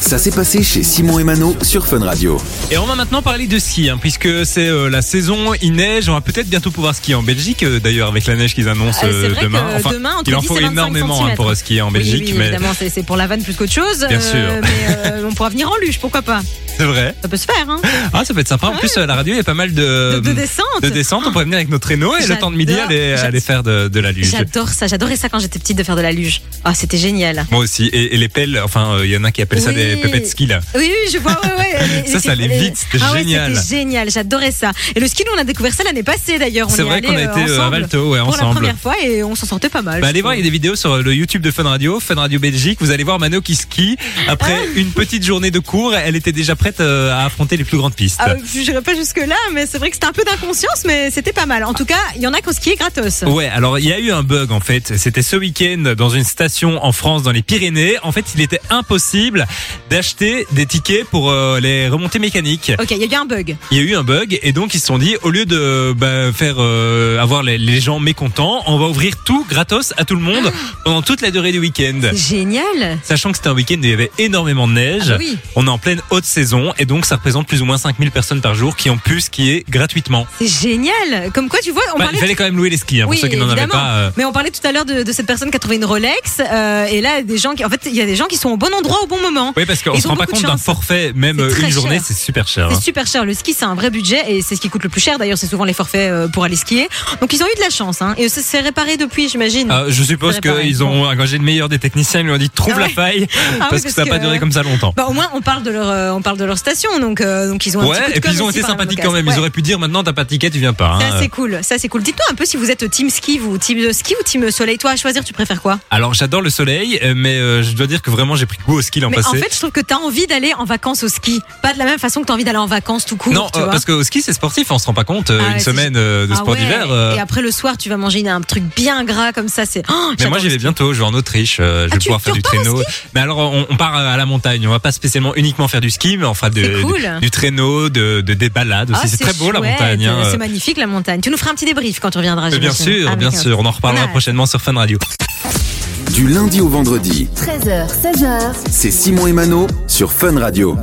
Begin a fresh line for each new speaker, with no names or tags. Ça s'est passé chez Simon et Mano sur Fun Radio.
Et on va maintenant parler de ski, hein, puisque c'est euh, la saison, il neige, on va peut-être bientôt pouvoir skier en Belgique, euh, d'ailleurs, avec la neige qu'ils annoncent
Ah, c'est
euh,
vrai
demain.
que demain, entre
il en
10 et
faut
25
énormément hein, pour
centimètres.
skier en
Oui,
Belgique,
oui,
mais
évidemment, c'est c'est pour la vanne plus qu'autre chose.
Bien sûr.
Mais euh, on pourra venir en luge, pourquoi pas
c'est vrai.
Ça peut se faire, hein
Ah, ça peut être sympa. En plus, euh, la radio, il y a pas mal de, euh,
De, de descente.
de descentes. On pourrait venir avec nos traîneaux et le temps de midi
J'adore.
aller, aller faire de, de la luge.
J'adore ça, j'adorais ça quand j'étais petite de faire de la luge. Ah, c'était génial.
Moi aussi. Et, et les pelles, enfin, euh, il y en a qui appellent ça
Oui.
des pépettes ski, là.
Oui, oui, je vois, ouais, ouais. les-
Ça, ça
les-
allait
les-
vite, c'était
ah ouais,
génial.
C'était génial, j'adorais ça. Et le ski, nous, on a découvert ça l'année passée d'ailleurs. On
C'est
y est
vrai qu'on a
allés,
été
euh,
euh, à
ensemble
Valto, ouais,
Pour la
ensemble.
première fois et on s'en sortait pas mal.
Bah,
je
allez voir, il y a
trouve.
des vidéos sur le YouTube de Fun Radio, Fun Radio Belgique. Vous allez voir Mano qui skie. Après
Ah.
une petite journée de cours, elle était déjà prête euh, à affronter les plus grandes pistes.
Ah, je n'irai pas jusque-là, mais c'est vrai que c'était un peu d'inconscience, mais c'était pas mal. En tout cas, il y en a qui ont skié gratos.
Ouais, alors il y a eu un bug en fait. C'était ce week-end dans une station en France, dans les Pyrénées. En fait, il était impossible d'acheter des tickets pour euh, les remontées mécaniques.
Ok, il y a eu un bug.
Il y a eu un bug et donc ils se sont dit au lieu de bah, faire euh, avoir les, les gens mécontents, on va ouvrir tout gratos à tout le monde pendant toute la durée du week-end.
C'est Génial.
Sachant que c'était un week-end où il y avait énormément de neige.
Ah bah oui.
On est en pleine haute saison et donc ça représente plus ou moins 5000 personnes par jour qui ont pu skier gratuitement.
C'est génial. Comme quoi, tu vois, on
Bah, il
parlait.
fallait quand même louer les skis hein,
Oui,
pour ceux qui n'en avaient
évidemment.
pas. euh,
Mais on parlait tout à l'heure de, de cette personne qui a trouvé une Rolex. euh, et là, des gens qui, en fait, il y a des gens qui sont au bon endroit au bon moment.
Oui, parce qu'on
Ils
se
ont
rend pas
beaucoup de
compte d'un
chance.
forfait, même
C'est
euh, une
très
journée,
cher.
c'est super cher. hein.
C'est super cher. Le ski, c'est un vrai budget et c'est ce qui coûte le plus cher. D'ailleurs, c'est souvent les forfaits euh, pour aller skier. Donc, ils ont eu de la chance. Hein. Et ça s'est réparé depuis, j'imagine.
Ah, je suppose
Ça paraît
qu'ils
bon.
ont engagé le meilleur des techniciens, ils lui ont dit trouve
Ah
la
ouais.
faille,
Ah oui,
parce que ça n'a pas
que-
duré comme ça longtemps.
Bah, au moins, on parle de leur, euh, on parle de leur station. Donc, euh, donc ils ont un petit coup
Ouais,
de
et puis
com'
ils ont
aussi
été
par la
sympathiques
même
quand même. Ils
occasion.
auraient pu dire maintenant t'as pas de ticket, tu viens pas. hein.
Ouais. Ça c'est cool, ça c'est cool. Dites-nous un peu si vous êtes team ski, vous, team euh, ski ou team soleil. Toi, à choisir, tu préfères quoi
Alors j'adore le soleil, euh, mais euh, je dois dire que vraiment j'ai pris goût au ski l'an
Mais en
passé.
fait, je trouve que t'as envie d'aller en vacances au ski. Pas de la même façon que t'as envie d'aller en vacances tout court.
non,
tu
euh,
vois.
parce que au ski c'est sportif, on se rend pas compte. euh,
Ah
une
ouais, c'est
semaine euh, de
Ah
sport
ouais,
d'hiver. euh,
Et après le soir, tu vas manger une- un truc bien gras comme ça. C'est. Oh,
Mais moi
j'adore. Ah,
j'y vais bientôt, je vais en Autriche, euh, je vais
tu-
pouvoir
tu
faire du
repars au
traîneau. Mais alors on, on part à la montagne, on va pas spécialement uniquement faire du ski, mais on fera de-
C'est cool.
du, du traîneau, de, de- des balades aussi.
Ah,
c'est très beau la
chouette,
montagne. hein.
C'est magnifique la montagne. Tu nous feras un petit débrief quand tu reviendras.
Mais Bien
j'imagine. Ah,
sûr,
Avec
bien
un-
sûr, on en
On
reparlera
a-
prochainement sur Fun Radio.
Du lundi au vendredi,
13h, 16h,
c'est Simon et Mano sur Fun Radio.